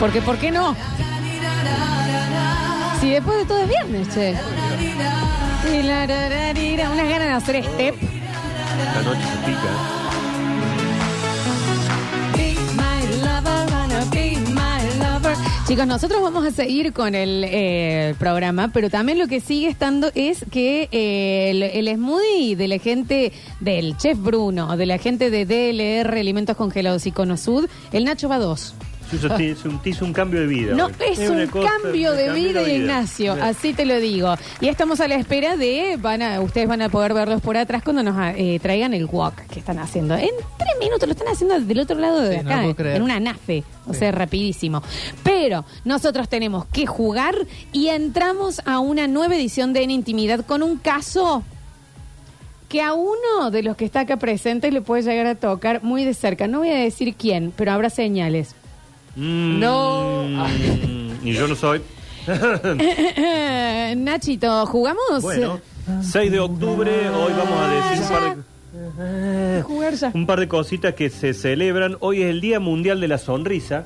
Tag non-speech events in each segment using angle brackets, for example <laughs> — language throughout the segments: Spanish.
Porque, ¿por qué no? Si después de todo es viernes, che. Y la, ra, ra, ri, ra, unas ganas de hacer step. La noche se pica. Be my lover, wanna be my lover. Chicos, nosotros vamos a seguir con el eh, programa, pero también lo que sigue estando es que eh, el, el smoothie de la gente del Chef Bruno, de la gente de DLR, Alimentos Congelados y Conosud, el Nacho va dos. Sí, yo te- es un, te hizo un cambio de vida. No, hoy. es un una cosa, cambio te de cambió vida, la Ignacio, Bien. así te lo digo. Y estamos a la espera de, van a, ustedes van a poder verlos por atrás cuando nos eh, traigan el wok que están haciendo. En tres minutos lo están haciendo del otro lado de Sí, no lo acá, eh, puedo creer. en una nafe, o Sí. sea, rapidísimo. Pero nosotros tenemos que jugar y entramos a una nueva edición de En Intimidad con un caso que a uno de los que está acá presente le puede llegar a tocar muy de cerca. No voy a decir quién, pero habrá señales. Mm, No. Y yo no soy. <laughs> Nachito, ¿jugamos? Bueno, 6 de octubre, hoy vamos a decir un par de, Jugar ya. un par de cositas que se celebran. Hoy es el Día Mundial de la Sonrisa.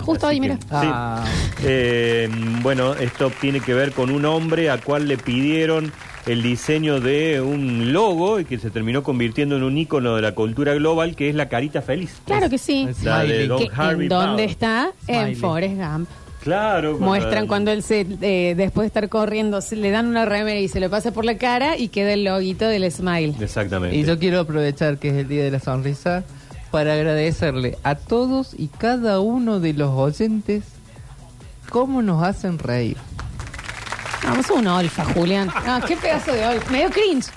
Justo Así hoy, que, mira. sí. Ah. Eh, bueno, esto tiene que ver con un hombre a cual le pidieron el diseño de un logo y que se terminó convirtiendo en un ícono de la cultura global, que es la carita feliz. Claro que sí. Es- La de Smiley. Don Que Harvey ¿En dónde Powell. está? Smiley. En Forrest Gump. Claro. con Muestran la- cuando él se, eh, después de estar corriendo, se le dan una remera y se lo pasa por la cara y queda el loguito del smile. Exactamente. Eh, Y yo quiero aprovechar que es el Día de la Sonrisa para agradecerle a todos y cada uno de los oyentes cómo nos hacen reír. Vamos a un olfa, Julián. No, qué pedazo de olfa. Medio <laughs> cringe. Sí,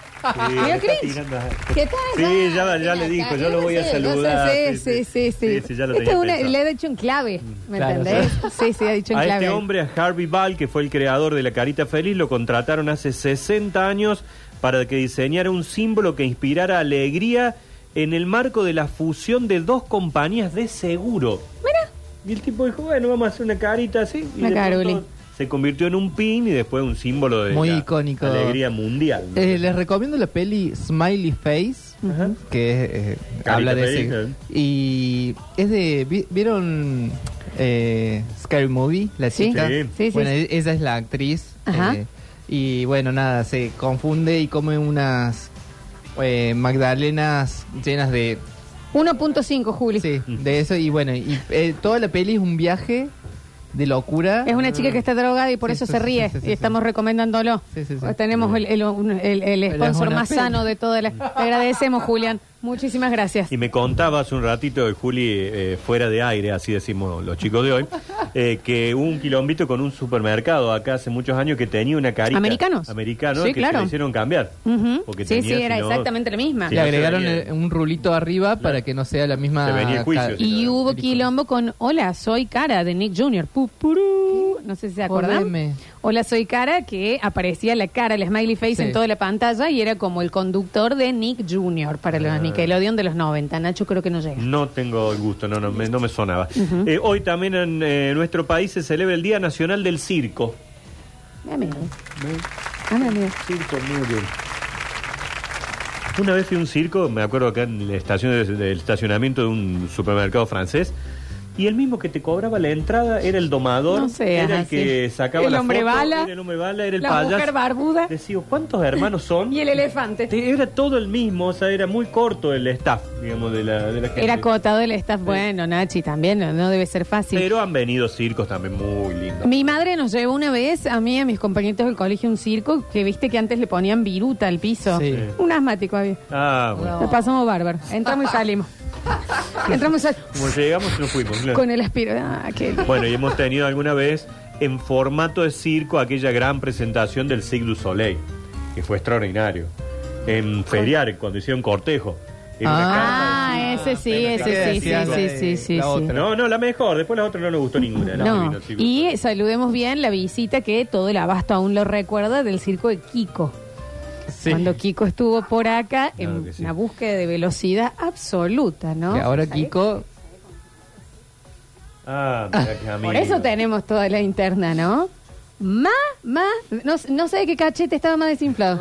Medio está cringe. tirando a- Ah, ¿Qué tal? Ah, Sí, ya, ya le dijo, yo lo voy a Sí, saludar. Sí, sí, sí. sí, sí, ya lo Esta es tenía una- pensado. le ha dicho en clave, ¿me Claro, entendés? Sí, sí, ha dicho en A clave. este hombre, a Harvey Ball, que fue el creador de la carita feliz, lo contrataron hace 60 años para que diseñara un símbolo que inspirara alegría en el marco de la fusión de dos compañías de seguro. Mira, Y el tipo dijo, bueno, vamos a hacer una carita así. y Una de pronto caruli. Se convirtió en un pin y después un símbolo de Muy la icónico. alegría mundial. ¿no? Eh, les recomiendo la peli Smiley Face, que es, eh, Carita habla de feliz, ese- ¿eh? Y es de... vi- ¿Vieron eh, Scary Movie? La Sí. chica. Sí. Sí, sí, Bueno, sí. e- ella es la actriz. Ajá. eh, y bueno, nada, se confunde y come unas eh, magdalenas llenas de 1.5, Juli. <laughs> Sí, de eso y bueno, y eh, toda la peli es un viaje de locura. Es una chica que está drogada y por Sí, eso sí, se sí, ríe sí, y sí, sí. estamos recomendándolo. Pues Sí, sí, sí. Tenemos el, el- un- el- el Pero es sponsor una más pena. sano de todas las... Te agradecemos, Julián. Muchísimas gracias. Y me contaba hace un ratito de Juli, eh, fuera de aire, así decimos los chicos de hoy, eh, que hubo un quilombito con un supermercado acá hace muchos años que tenía una carita. ¿Americanos? Americanos, Sí, que claro. se le hicieron cambiar. Ujú. Porque Sí, tenía, sí, era si no, exactamente la misma. Sí, Le no se agregaron veía. eh, un rulito arriba para que no sea la misma. Se venía el juicio, ca- sí. Y claro. hubo Película. quilombo con Hola, soy cara de Nick Jr. Pu, purú. No sé si se acuerdan. Jodeme. Hola, soy cara, que aparecía la cara, el smiley face Sí. en toda la pantalla y era como el conductor de Nick Jr. para Ah. los Nickelodeon de los 90. Nacho creo que no llega. No tengo el gusto, no, no, me, no me sonaba. Eh, hoy también en eh, nuestro país se celebra el Día Nacional del Circo. Mira, mira. Ah, mira, mira. Circo Muriel. Una vez fui a un circo, me acuerdo acá en la estación de- del estacionamiento de un supermercado francés, y el mismo que te cobraba la entrada era el domador, No seas era el así. que sacaba El la hombre foto, bala, era el hombre bala, era el la payaso. mujer barbuda. Decía, ¿cuántos hermanos son? <laughs> Y el elefante. Te- Era todo el mismo, o sea, era muy corto el staff, digamos, de la, de la gente. Era acotado el staff. Bueno, Nachi, también no, no debe ser fácil. Pero han venido circos también muy lindos. Mi madre nos llevó una vez a mí y a mis compañeritos del colegio a un circo que viste que antes le ponían viruta al piso. Sí. Un asmático había. Ah, bueno. Lo pasamos bárbaro. Entramos y salimos. <laughs> Entramos y salimos. Como llegamos, nos fuimos. claro. Con el aspirador. Ah, qué lindo. Bueno, y hemos tenido alguna vez en formato de circo aquella gran presentación del Cirque du Soleil, que fue extraordinario. En Feriar, cuando hicieron cortejo. Era una carpa Ah, ese sí, ese sí, sí, sí, sí, sí, La sí. de- otra. No, no, la mejor. Después la otra no nos gustó ninguna. la que No, vino el Cirque du y Soleil. saludemos bien la visita que todo el abasto aún lo recuerda del circo de Kiko. Sí. Cuando Kiko estuvo por acá Claro en que sí. una búsqueda de velocidad absoluta, ¿no? Que ahora ¿Sabés? Kiko. Ah, mira qué amigo. Por eso tenemos toda la interna, ¿no? Más, más, no, no sé de qué cachete estaba más <laughs> desinflado.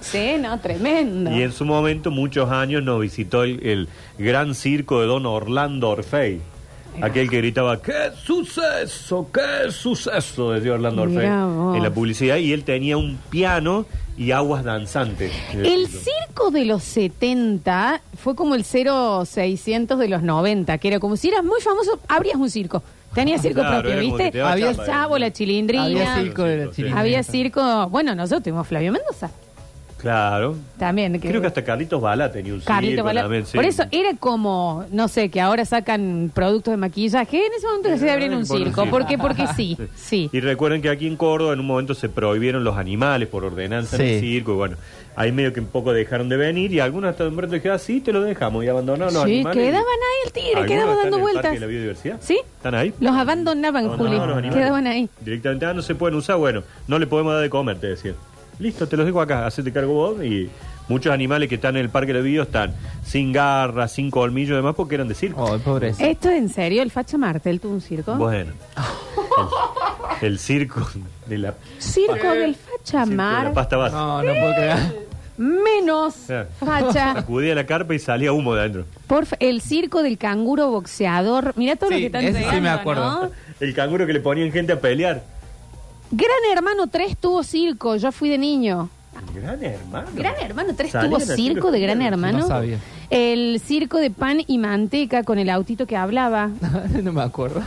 sí, no, tremendo. Y en su momento, muchos años, nos visitó el, el gran circo de don Orlando Orfei. Aquel que gritaba, ¡qué suceso! ¡Qué suceso! decía Orlando Orfei Mirá vos. en la publicidad. Y él tenía un piano y aguas danzantes. El circo de los 70 fue como el 0600 de los 90, que era como si eras muy famoso, abrías un circo. <laughs> Tenías circo Claro, propio, era como que ¿viste? te daba Había el chapa, chavo, digamos. la chilindrina. Había Había circo. circo de la Sí. chilindrina. Bueno, nosotros tuvimos Flavio Mendoza Claro. también. Creo que hasta Carlitos Balá tenía un Carlito circo Balá- también, sí. Por eso era como, no sé, que ahora sacan productos de maquillaje. En ese momento que se abrían un Eh, por un circo. circo. ¿Por qué? Porque <laughs> sí, sí. Y recuerden que aquí en Córdoba en un momento se prohibieron los animales por ordenanza en el Sí. circo. Y bueno, ahí medio que un poco dejaron de venir y algunos hasta un momento dijeron, ah, sí, te lo dejamos. Y abandonaron los Sí, animales. y- quedaban ahí el tigre, Algunos quedaba están dando en el Parque vueltas. de la biodiversidad. ¿Sí? ¿Están ahí? Los abandonaban, No, Juli. no, los animales. Quedaban ahí. Directamente, ah, no se pueden usar, bueno, no le podemos dar de comer, te decían. Listo, te los dejo acá, hacete cargo vos y... Muchos animales que están en el parque de la bio están sin garras, sin colmillos y demás porque eran de circo. Oh, pobreza. ¿Esto en serio? ¿El Facha Martel tuvo un circo? Bueno. El, el circo de la, Circo del circo de la Fachamar. pasta base. No, no puedo creer. <laughs> Menos Claro. <laughs> facha. Sacudía la carpa y salía humo de adentro. Porfa, el circo del canguro boxeador. Mira todo lo Sí, que están ese sí me llegando, acuerdo. ¿no? El canguro que le ponían gente a pelear. Gran Hermano 3 tuvo circo. Yo fui de niño. Gran hermano. Gran Hermano 3 Salían tuvo así circo los de Gran juguetes. Hermano. No sabía. El circo de pan y manteca con el autito que hablaba. no me acuerdo.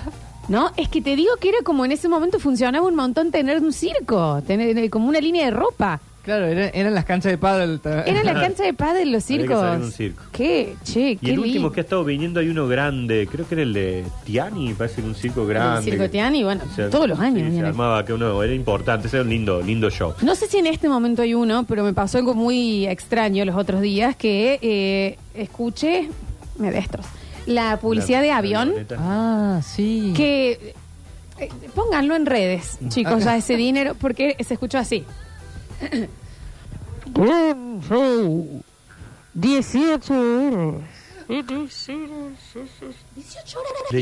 No, es que te digo que era como en ese momento funcionaba un montón tener un circo, tener eh, como una línea de ropa. Claro, era- eran las canchas de pádel. Era <laughs> la cancha de pádel los Había que circos. salir a un circo. Qué, che, Y qué el último lindo. que ha estado viniendo hay uno grande, creo que era el de Tiani, parece que era un circo El grande. circo Tiani, bueno, Se- todos los años sí, se viene. armaba que uno era importante, ese era un lindo, lindo show. No sé si en este momento hay uno, pero me pasó algo muy extraño los otros días que eh, escuché, me destrozó, la publicidad de La- la avión avioneta. <laughs> Ah, sí. que... eh, pónganlo en redes, chicos, ya ese dinero, porque se escuchó así. 18 horas. 18 horas. ¿De qué?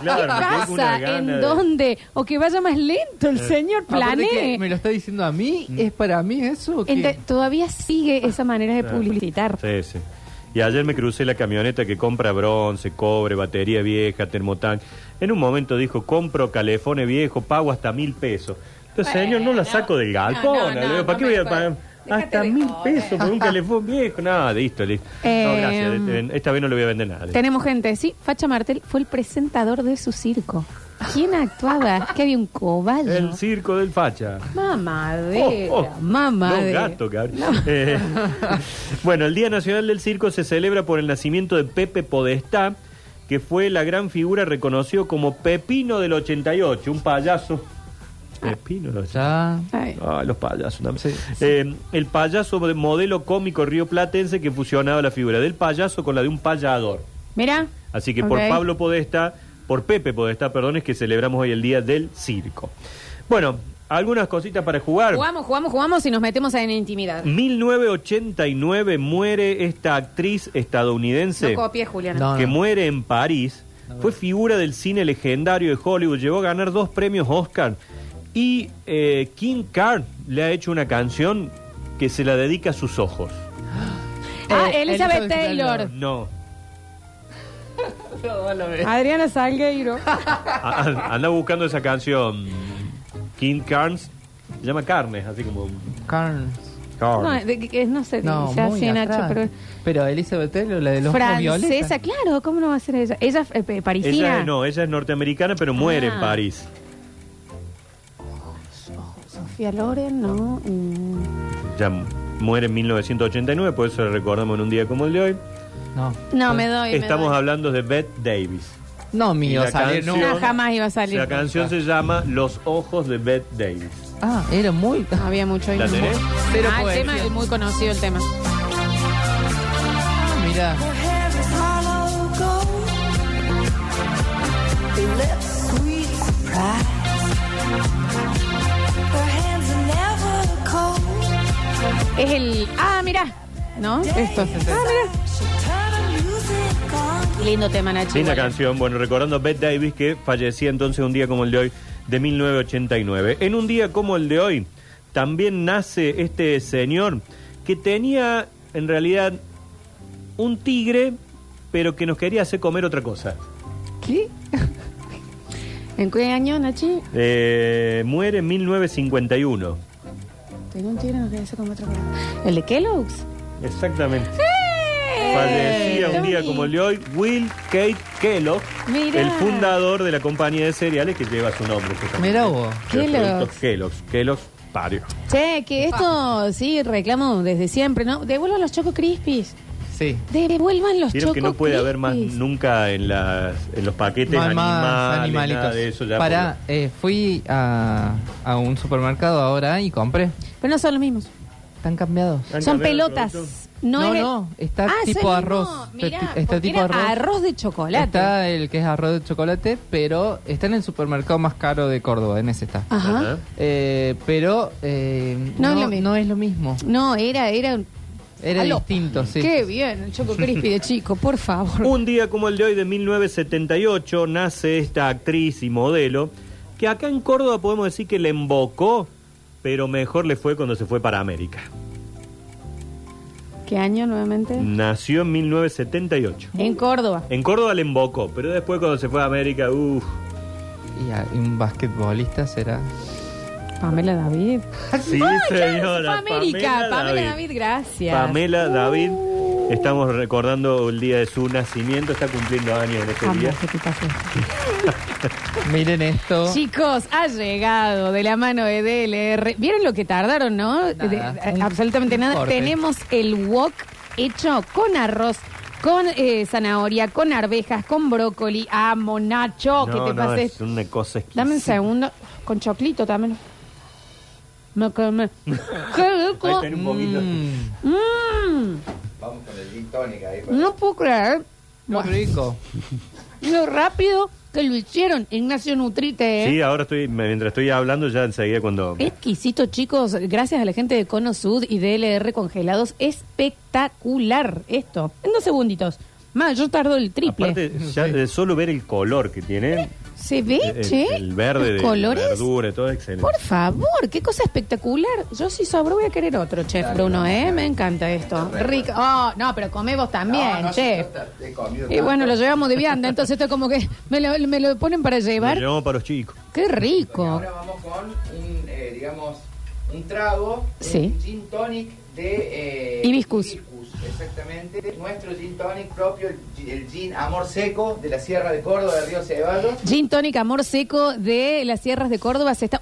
Claro, <laughs> ¿Qué me quedé con una pasa? ¿En gana de- Eh, dónde? O que vaya más lento el señor, Aparte que ¿Me planee. lo está diciendo a mí? Mm. ¿Es para mí eso? o qué? Ente- Todavía sigue esa manera de Claro. publicitar. Ah, Sí, sí. Y ayer me crucé la camioneta que compra bronce, cobre, batería vieja, termotanque. En un momento dijo, compro calefone viejo, pago hasta mil pesos. Entonces, Bueno, señor, no la saco del galpón. no, no, Le digo, no ¿Para qué me voy a jodas. pagar Déjate hasta de mil joder. pesos por un calefón viejo? Nada, listo, listo. Eh, no, gracias. de- de- Esta vez no le voy a vender nada. Tenemos gente, sí, Facha Martel fue el presentador de su circo. ¿Quién actuaba? Que había un cobayo. El circo del facha. Mamadera, Oh, oh. Dos mamadera. gatos, cabrón. <laughs> Eh, bueno, el Día Nacional del Circo se celebra por el nacimiento de Pepe Podestá, que fue la gran figura reconocido como Pepino del 88, un payaso. Pepino del 88. Ya. Ay. Ah, los payasos. dame. Eh, el payaso de modelo cómico rioplatense que fusionaba la figura del payaso con la de un payador. Mira. Así que por Ok. Pablo Podesta, por Pepe Podesta, perdón, es que celebramos hoy el Día del Circo. Bueno, algunas cositas para jugar. Jugamos, jugamos, jugamos y nos metemos en Mm, intimidad. 1989 muere esta actriz estadounidense Ah, No copies, Juliana. No. que muere en París. Fue figura del cine legendario de Hollywood, llegó a ganar dos premios Oscar. Y eh, King Carr le ha hecho una canción que se la dedica a sus ojos. Ah, Elizabeth Eh, Elizabeth Taylor. Taylor. No, Eh. Adriana <laughs> Salgueiro. A- a- anda buscando esa canción. King Carnes, se llama Carnes, así como. Carnes. No, Carnes. de- que- no sé, No, ya muy sí, Nacho, atrás. pero... Pero Elizabeth Taylor, la de los ojos Francesa, violetas. claro, ¿cómo no va a ser ella? Ella es eh, parisina. Ella, no, ella es norteamericana, pero muere Ah. en París. Sofía Loren, no. mm. Ya mu- muere en 1989, por eso la recordamos en un día como el de hoy. No. No, me doy. me Estamos doy. hablando de Bette Davis. No, Y mío, la sale canción- no. No, jamás iba a salir. La canción se llama Los ojos de Bette Davis. Ah, era muy. <laughs> No había mucho ahí, ¿La no. tenés? Cero Ah, el poesía. tema es muy conocido el tema. Ah, mira. Her hair is hollow gold. Her lips sweet surprise. Her hands are never cold. Es el. Ah, mira. ¿No? Esto. Ah, mira. She turn the music on. Lindo tema, Nacho. Linda igual. canción. Bueno, recordando a Bette Davis que fallecía entonces un día como el de hoy de 1989. En un día como el de hoy, también nace este señor que tenía en realidad un tigre, pero que nos quería hacer comer otra cosa. ¿Qué? ¿En qué año, Nachi? Eh, muere en 1951. Tengo un tigre, no quería hacer como otra cosa. ¿El de Kellogg's? Exactamente. Eh, Fallecía un día como el de hoy Will Kate Kellogg, Mirá. el fundador de la compañía de cereales que lleva su nombre. justamente. Mirá De vos. los Kellogg's. productos Kellogg's. Kellogg's parió. Che, que esto sí reclamo desde siempre, ¿no? Devuelvan los Choco Crispies. Sí. Devuelvan los Vieron Choco que no puede haber más Crispies. nunca en, las, en los paquetes No hay más animales, nada animalitos. de eso ya. Pará, eh, fui a, a un supermercado ahora y compré. Pero no son los mismos. Están cambiados. ¿Han Son cambiado pelotas. el producto? No, No, es el- no, está Ah, tipo es el mismo. arroz. Mirá, Está ti- está porque tipo era arroz. de chocolate. Está el que es arroz de chocolate, pero está en el supermercado más caro de Córdoba, en ese está. Ajá. Ajá. Eh, pero eh, No es no, lo mismo. no es lo mismo. No, era, era. un- Era Aló. distinto, sí. Qué bien, el Choco Crispy de chico, por <laughs> favor. Un día como el de hoy de 1978 nace esta actriz y modelo que acá en Córdoba podemos decir que le embocó, pero mejor le fue cuando se fue para América. ¿Qué año nuevamente? Nació en 1978. En Córdoba. En Córdoba le embocó, pero después cuando se fue a América, uff. Y a- y un basquetbolista será. Pamela David. Sí, señora. América. Pamela David, gracias. Uh. Pamela David, estamos recordando el día de su nacimiento, está cumpliendo años en este Amo día. ese tipo así. Miren esto. Chicos, ha llegado de la mano de DLR. ¿Vieron lo que tardaron, no? De- eh, un- absolutamente un nada. corte. Tenemos el wok hecho con arroz, con eh, zanahoria, con arvejas, con brócoli. Amo, Nacho, que No, te no, pases. es una cosa exquisita. Dame un segundo. Con choclito también. Me come. Qué Ahí rico. tenés un poquito. Mm, Mm, Vamos con el gin tonic ahí. pues. para- no puedo creer qué rico. lo rápido que lo hicieron. Ignacio Nutrite, ¿eh? Sí, ahora estoy, mientras estoy hablando, ya enseguida cuando. Exquisito, chicos. Gracias a la gente de Cono Sud y DLR Congelados. Espectacular esto. En dos segunditos. Más, yo tardo el triple. Aparte, ya de solo ver el color que tiene. ¿Se ve, el, che? el verde ¿Los de colores? verdura, todo excelente. Por favor, qué cosa espectacular. Yo si sobro voy a querer otro, chef Bruno, ¿eh? Me encanta esto. Rico. Oh, no, pero come vos también, Ah, No, no, si chef. yo te- te he comido Y bueno, lo tanto. llevamos de vianda, entonces esto es como que me lo, me lo ponen para Lo llevar. llevamos para los chicos. Qué rico. Ahora vamos con un, eh, digamos, un trago, Sí. un gin tonic de... eh, Hibiscus. exactamente. Nuestro gin tonic propio, el, gi- el gin Amor Seco de la Sierra de Córdoba, de Río Ceballos. Gin Tonic Amor Seco de las Sierras de Córdoba se está.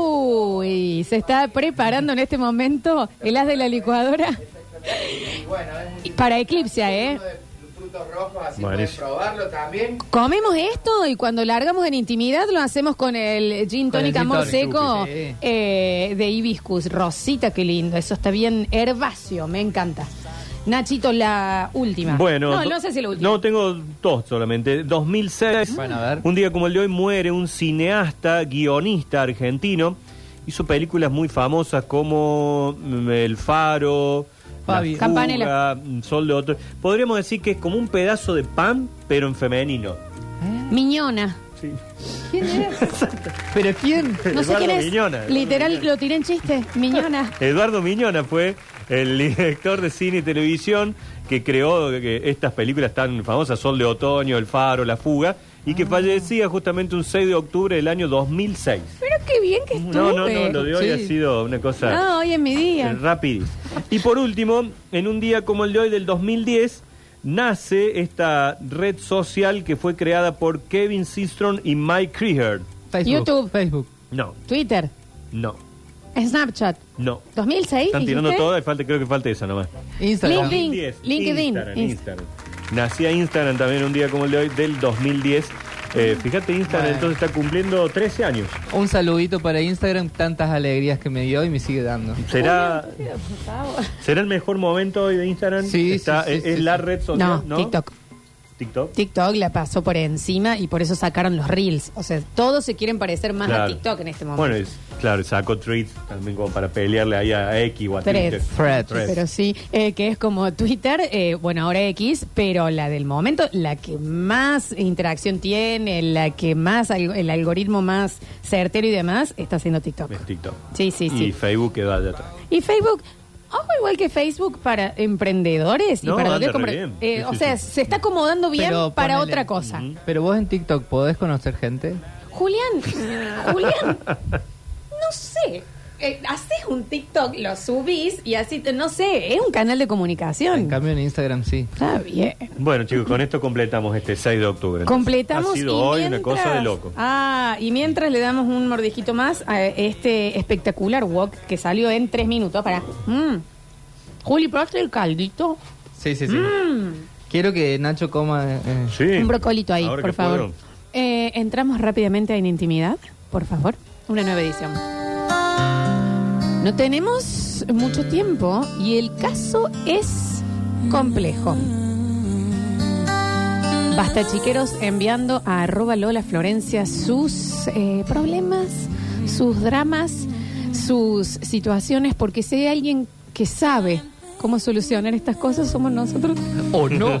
¡Uy! Se está preparando en este momento el as de la licuadora Y bueno, es un gin para Eclipse, ¿eh? lleno de frutos rojos, así Buenísimo. pueden probarlo también. Comemos esto y cuando largamos en intimidad lo hacemos con el Gin Con el Tonic gin Amor tonic, Seco sí. eh, de hibiscus. Rosita, qué lindo. Eso está bien herbáceo, me encanta. Nachito, la última. Bueno, No, no sé si la última. No, tengo dos solamente. 2006. Bueno, a ver. Un día como el de hoy muere un cineasta, guionista argentino. Hizo películas muy famosas como mm, El Faro, La Fabio. Fuga, Campanela. mm, Sol de Otro. Podríamos decir que es como un pedazo de pan, pero en femenino. Miñona. Sí. ¿Quién <laughs> es? ¿Pero quién? No sé Eduardo quién es. Miñona, Eduardo Literal, Miñona. lo tiré en chiste. Miñona. Eduardo Miñona fue el <laughs> director de cine y televisión que creó eh, estas películas tan famosas, Sol de Otoño, El Faro, La Fuga, y Ah. que fallecía justamente un 6 de octubre del año 2006. Pero qué bien que estuve. No, no, no, lo de hoy Sí. ha sido una cosa... No, hoy es mi día. Rápido. Y por último, en un día como el de hoy del 2010, nace esta red social que fue creada por Kevin Systrom y Mike Creher. Facebook. YouTube. Facebook. No, Twitter, no, Snapchat, no. 2006. Están tirando dijiste? todas y falta, creo que falta esa nomás. Instagram. LinkedIn. LinkedIn. Instagram, Inst- Instagram. Nacía Instagram también un día como el de hoy del 2010. Eh, Mm. fíjate, Instagram Bueno. entonces está cumpliendo 13 años. Un saludito para Instagram, tantas alegrías que me dio y me sigue dando. ¿Será, ¿será el mejor momento hoy de Instagram? Sí, sí, Está- e- sí, es, sí, es sí. la red social, No, TikTok. TikTok. TikTok la pasó por encima y por eso sacaron los reels. O sea, todos se quieren parecer más a Claro. TikTok en este momento. Bueno, es- claro, sacó tweets también como para pelearle ahí a X o a Tres. Twitter. Threads. Threads. Pero sí, eh, que es como Twitter, eh, bueno, ahora X, pero la del momento, la que más interacción tiene, la que más, alg- el algoritmo más certero y demás, está haciendo TikTok. Es TikTok. Sí, sí, sí. Y Facebook quedó allá atrás. Y Facebook, hago igual que Facebook para emprendedores y No, para lo que anda es compre- re bien. eh, Sí, O sí, sea, sí. se está acomodando bien Pero para ponele- otra cosa. Ujú. Pero vos en TikTok podés conocer gente. Julián, <laughs> Julián, no sé. eh, haces un TikTok, lo subís y así, te- no sé, es un canal de En comunicación. cambio en Instagram sí. Está bien. Bueno, chicos, con esto completamos este 6 de octubre. Completamos Ha y sido hoy mientras- una cosa de loco. Ah, y mientras le damos un mordijito más a este espectacular wok que salió en tres minutos para. Mm. Juli, ¿probaste el caldito? Sí, sí, sí. Mm. Quiero que Nacho coma... eh, Sí. Un brocolito ahí, Ahora por que favor. puedo. Eh, entramos rápidamente en intimidad, por favor. Una nueva edición. No tenemos mucho tiempo y el caso es complejo. Basta chiqueros enviando a arroba Lola Florencia sus eh, problemas, sus dramas, sus situaciones, porque si hay alguien que sabe cómo solucionar estas cosas, somos nosotros. <laughs> ¡Oh, no! <laughs>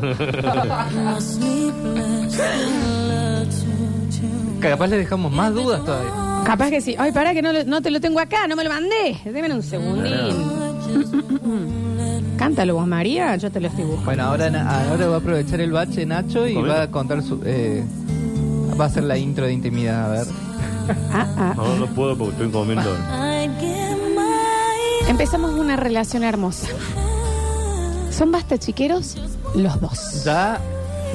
Capaz le dejamos más dudas todavía. Capaz que sí. Ay, pará, que no, lo- no te lo tengo acá, no me lo mandé. Démelo un segundín. Cántalo vos, María, yo te lo estoy buscando. Bueno, ahora, Na- ahora va a aprovechar el bache Nacho y Comenta. va a contar su... eh, va a hacer la intro de intimidad, a ver. Ah, ah. No, no puedo porque estoy comiendo. Empezamos una relación hermosa. Son basta chiqueros los dos. Ya,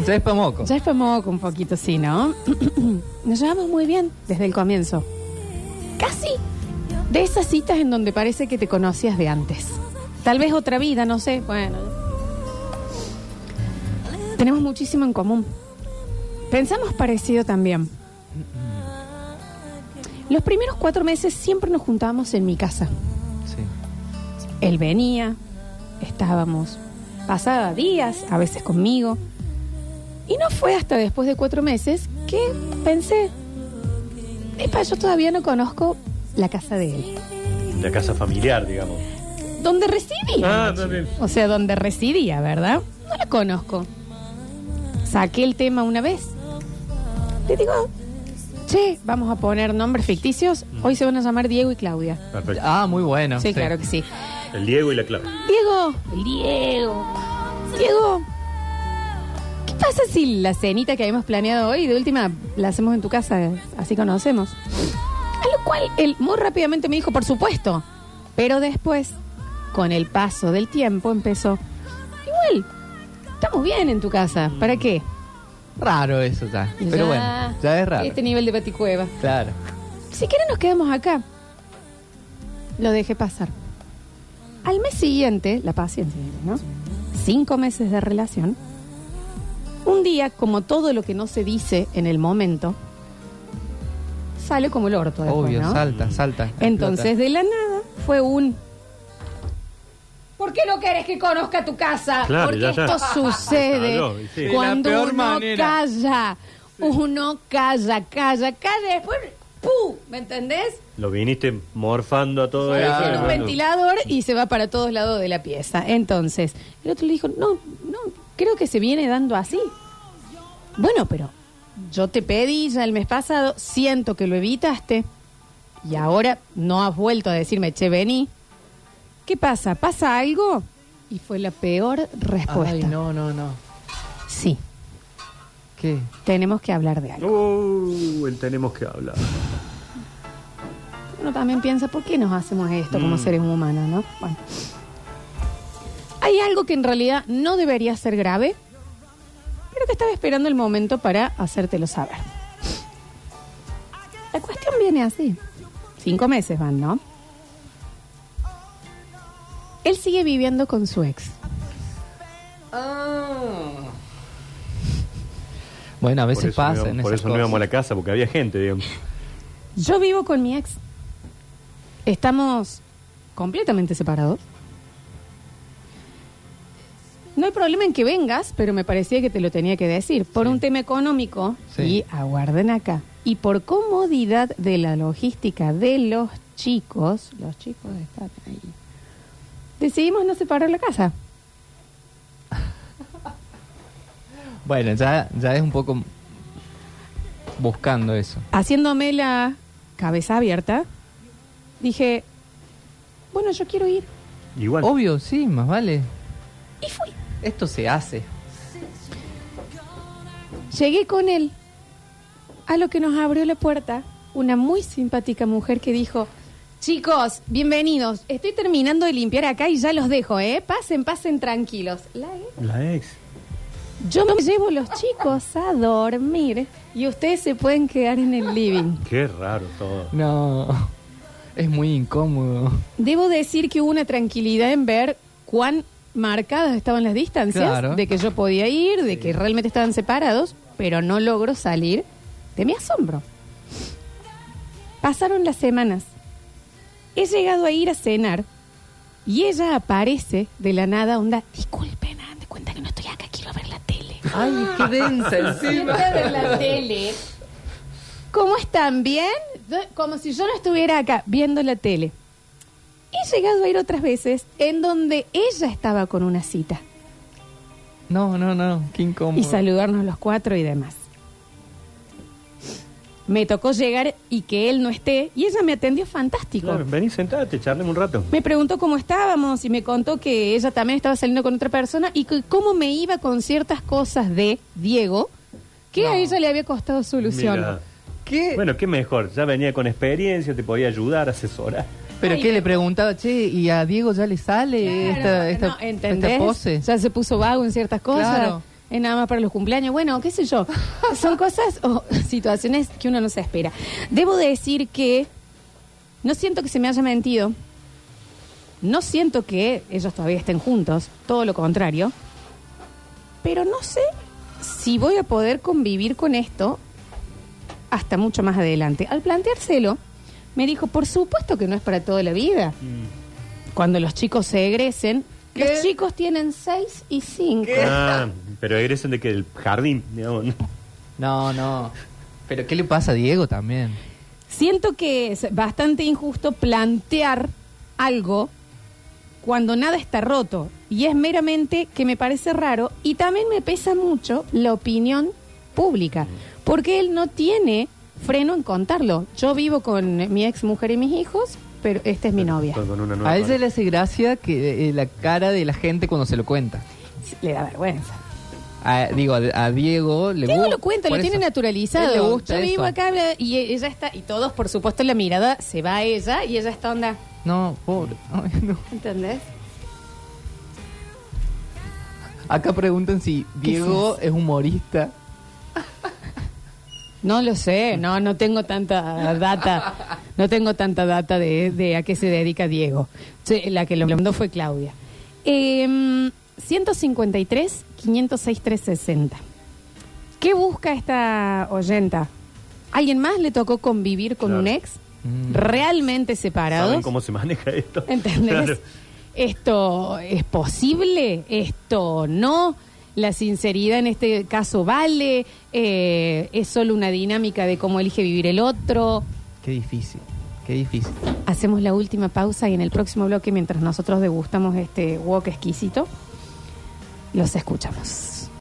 ya es pamoco. Ya es famoso un poquito, sí, ¿no? <clears throat> Nos llevamos muy bien desde el comienzo. Casi de esas citas en donde parece que te conocías de antes. Tal vez otra vida, no sé. Bueno. Tenemos muchísimo en común. Pensamos parecido también. Los primeros cuatro meses siempre nos juntábamos en mi casa. Sí. Él venía, estábamos, pasaba días, a veces conmigo. Y no fue hasta después de cuatro meses que pensé, "Epa, yo todavía no conozco la casa de él. La casa familiar, digamos. Donde residía. Ah, también. O sea, donde residía, ¿verdad? No la conozco. Saqué el tema una vez. Le digo, che, vamos a poner nombres ficticios. Hoy se van a llamar Diego y Claudia. Perfecto. Ah, muy bueno. sí, claro que sí. El Diego y la Clara. Diego, el Diego, Diego, ¿qué pasa si la cenita que habíamos planeado hoy de última la hacemos en tu casa? Así conocemos. A lo cual él muy rápidamente me dijo, por supuesto. Pero después, con el paso del tiempo, empezó, igual, estamos bien en tu casa, ¿para qué? Raro eso ya. Pero Ya, bueno, ya es raro. Este nivel de paticueva. Claro. Si quieren nos quedamos acá. Lo dejé pasar. Al mes siguiente, la paciencia, ¿no? Cinco meses de relación. Un día, como todo lo que no se dice en el momento, sale como el orto después, Obvio, ¿no? salta, salta. Entonces, de la nada, fue un... ¿Por qué no querés que conozca tu casa? Claro, Porque ya, ya. esto sucede Claro, y sí. De la cuando peor uno manera. calla. Uno calla, calla, calla. Después, ¡pum! ¿Me entendés? Lo viniste morfando a todo Claro, eso. tiene un Bueno, ventilador y se va para todos lados de la pieza. Entonces, el otro le dijo, no, no, creo que se viene dando así. Bueno, pero yo te pedí ya el mes pasado, siento que lo evitaste y ahora no has vuelto a decirme, che, vení. ¿Qué pasa? ¿Pasa algo? Y fue la peor respuesta. Ay, no, no, no. Sí, ¿Qué? tenemos que hablar de algo. Uh, el tenemos que hablar. Uno también piensa, ¿por qué nos hacemos esto como seres humanos, no? Bueno. Hay algo que en realidad no debería ser grave, pero que estaba esperando el momento para hacértelo saber. La cuestión viene así. Cinco meses van, ¿no? Él sigue viviendo con su ex. Bueno, a Por veces eso, no pasa íbamos- en por esas eso no íbamos a cosas. la casa, porque había gente, digamos. Yo vivo con mi ex. Estamos completamente separados. No No hay problema en que vengas, pero me parecía que te lo tenía que decir. Por Sí. un tema económico, Sí. y aguarden acá. Y por comodidad de la logística de los chicos, los chicos están ahí, decidimos no separar la casa. Bueno, ya, ya es un poco buscando eso. Haciéndome la cabeza abierta, dije, bueno, yo quiero ir. Igual. Obvio, sí, más vale. Y fui. Esto se hace. Llegué con él a lo que nos abrió la puerta una muy simpática mujer que dijo, chicos, bienvenidos, estoy terminando de limpiar acá y ya los dejo, ¿eh? Pasen, pasen tranquilos. La ex. La ex. Yo me llevo los chicos a dormir y ustedes se pueden quedar en el living. Qué raro todo. No, es muy incómodo. Debo decir que hubo una tranquilidad en ver cuán marcadas estaban las distancias, Claro. de que yo podía ir, de que realmente estaban separados, pero no logro salir de mi asombro. Pasaron las semanas. He llegado a ir a cenar y ella aparece de la nada, onda, disculpen, hagan de cuenta que no estoy acá, quiero ver la tele. Ay, qué <laughs> densa Quiero encima. ver la tele. ¿Cómo están? ¿Bien? Yo- Como si yo no estuviera acá viendo la tele. He llegado a ir otras veces en donde ella estaba con una cita No, no, no, qué incómodo. y saludarnos los cuatro y demás. Me tocó llegar y que él no esté y ella me atendió fantástico. Claro, vení, sentate, charlemos un rato. Me preguntó cómo estábamos y me contó que ella también estaba saliendo con otra persona y que cómo me iba con ciertas cosas de Diego que a ella le había costado Mira. solucionar. ¿Qué? Bueno, qué mejor. Ya venía con experiencia, te podía ayudar, asesorar. ¿Pero Ay, qué? Le pero- preguntaba, che, ¿y a Diego ya le sale Claro, esta, esta, no, ¿entendés? esta pose? Ya se puso vago en ciertas cosas. Claro. Es nada más para los cumpleaños. Bueno, qué sé <laughs> yo. Son cosas o situaciones que uno no se espera. Debo decir que no siento que se me haya mentido. No siento que ellos todavía estén juntos. Todo lo contrario. Pero no sé si voy a poder convivir con esto hasta mucho más adelante. Al planteárselo, me dijo, por supuesto que no es para toda la vida. Cuando los chicos se egresen, ¿Qué? los chicos tienen 6 y 5. Ah, pero egresen de que el jardín, digamos, ¿no? No, no. ¿Pero qué le pasa a Diego también? Siento que es bastante injusto plantear algo cuando nada está roto. Y es meramente que me parece raro y también me pesa mucho la opinión pública. Porque él no tiene freno en contarlo. Yo vivo con mi ex mujer y mis hijos, pero esta es mi novia. Con una nueva A ella pareja. le hace gracia que eh, la cara de la gente cuando se lo cuenta. Le da vergüenza. A- digo, a, a Diego le Diego gusta. lo cuenta, lo por tiene eso. naturalizado. Él le gusta Yo eso. vivo acá bla, y e- ella está, y todos, por supuesto, la mirada se va a ella y ella está onda. No, pobre. Ay, no. ¿Entendés? Acá preguntan si Diego es humorista. No lo sé, no, no tengo tanta data, no tengo tanta data de, de a qué se dedica Diego. Sí, la que lo mandó fue Claudia. Em, 153, 506, 360. ¿Qué busca esta oyenta? ¿Alguien más le tocó convivir con Claro. un ex? Mm. ¿Realmente ¿Saben separados? cómo se maneja esto? ¿Entendés? Claro. Esto es posible, esto no. La sinceridad en este caso vale, Eh, es solo una dinámica de cómo elige vivir el otro. Qué difícil, qué difícil. Hacemos la última pausa y en el próximo bloque, mientras nosotros degustamos este wok exquisito, los escuchamos.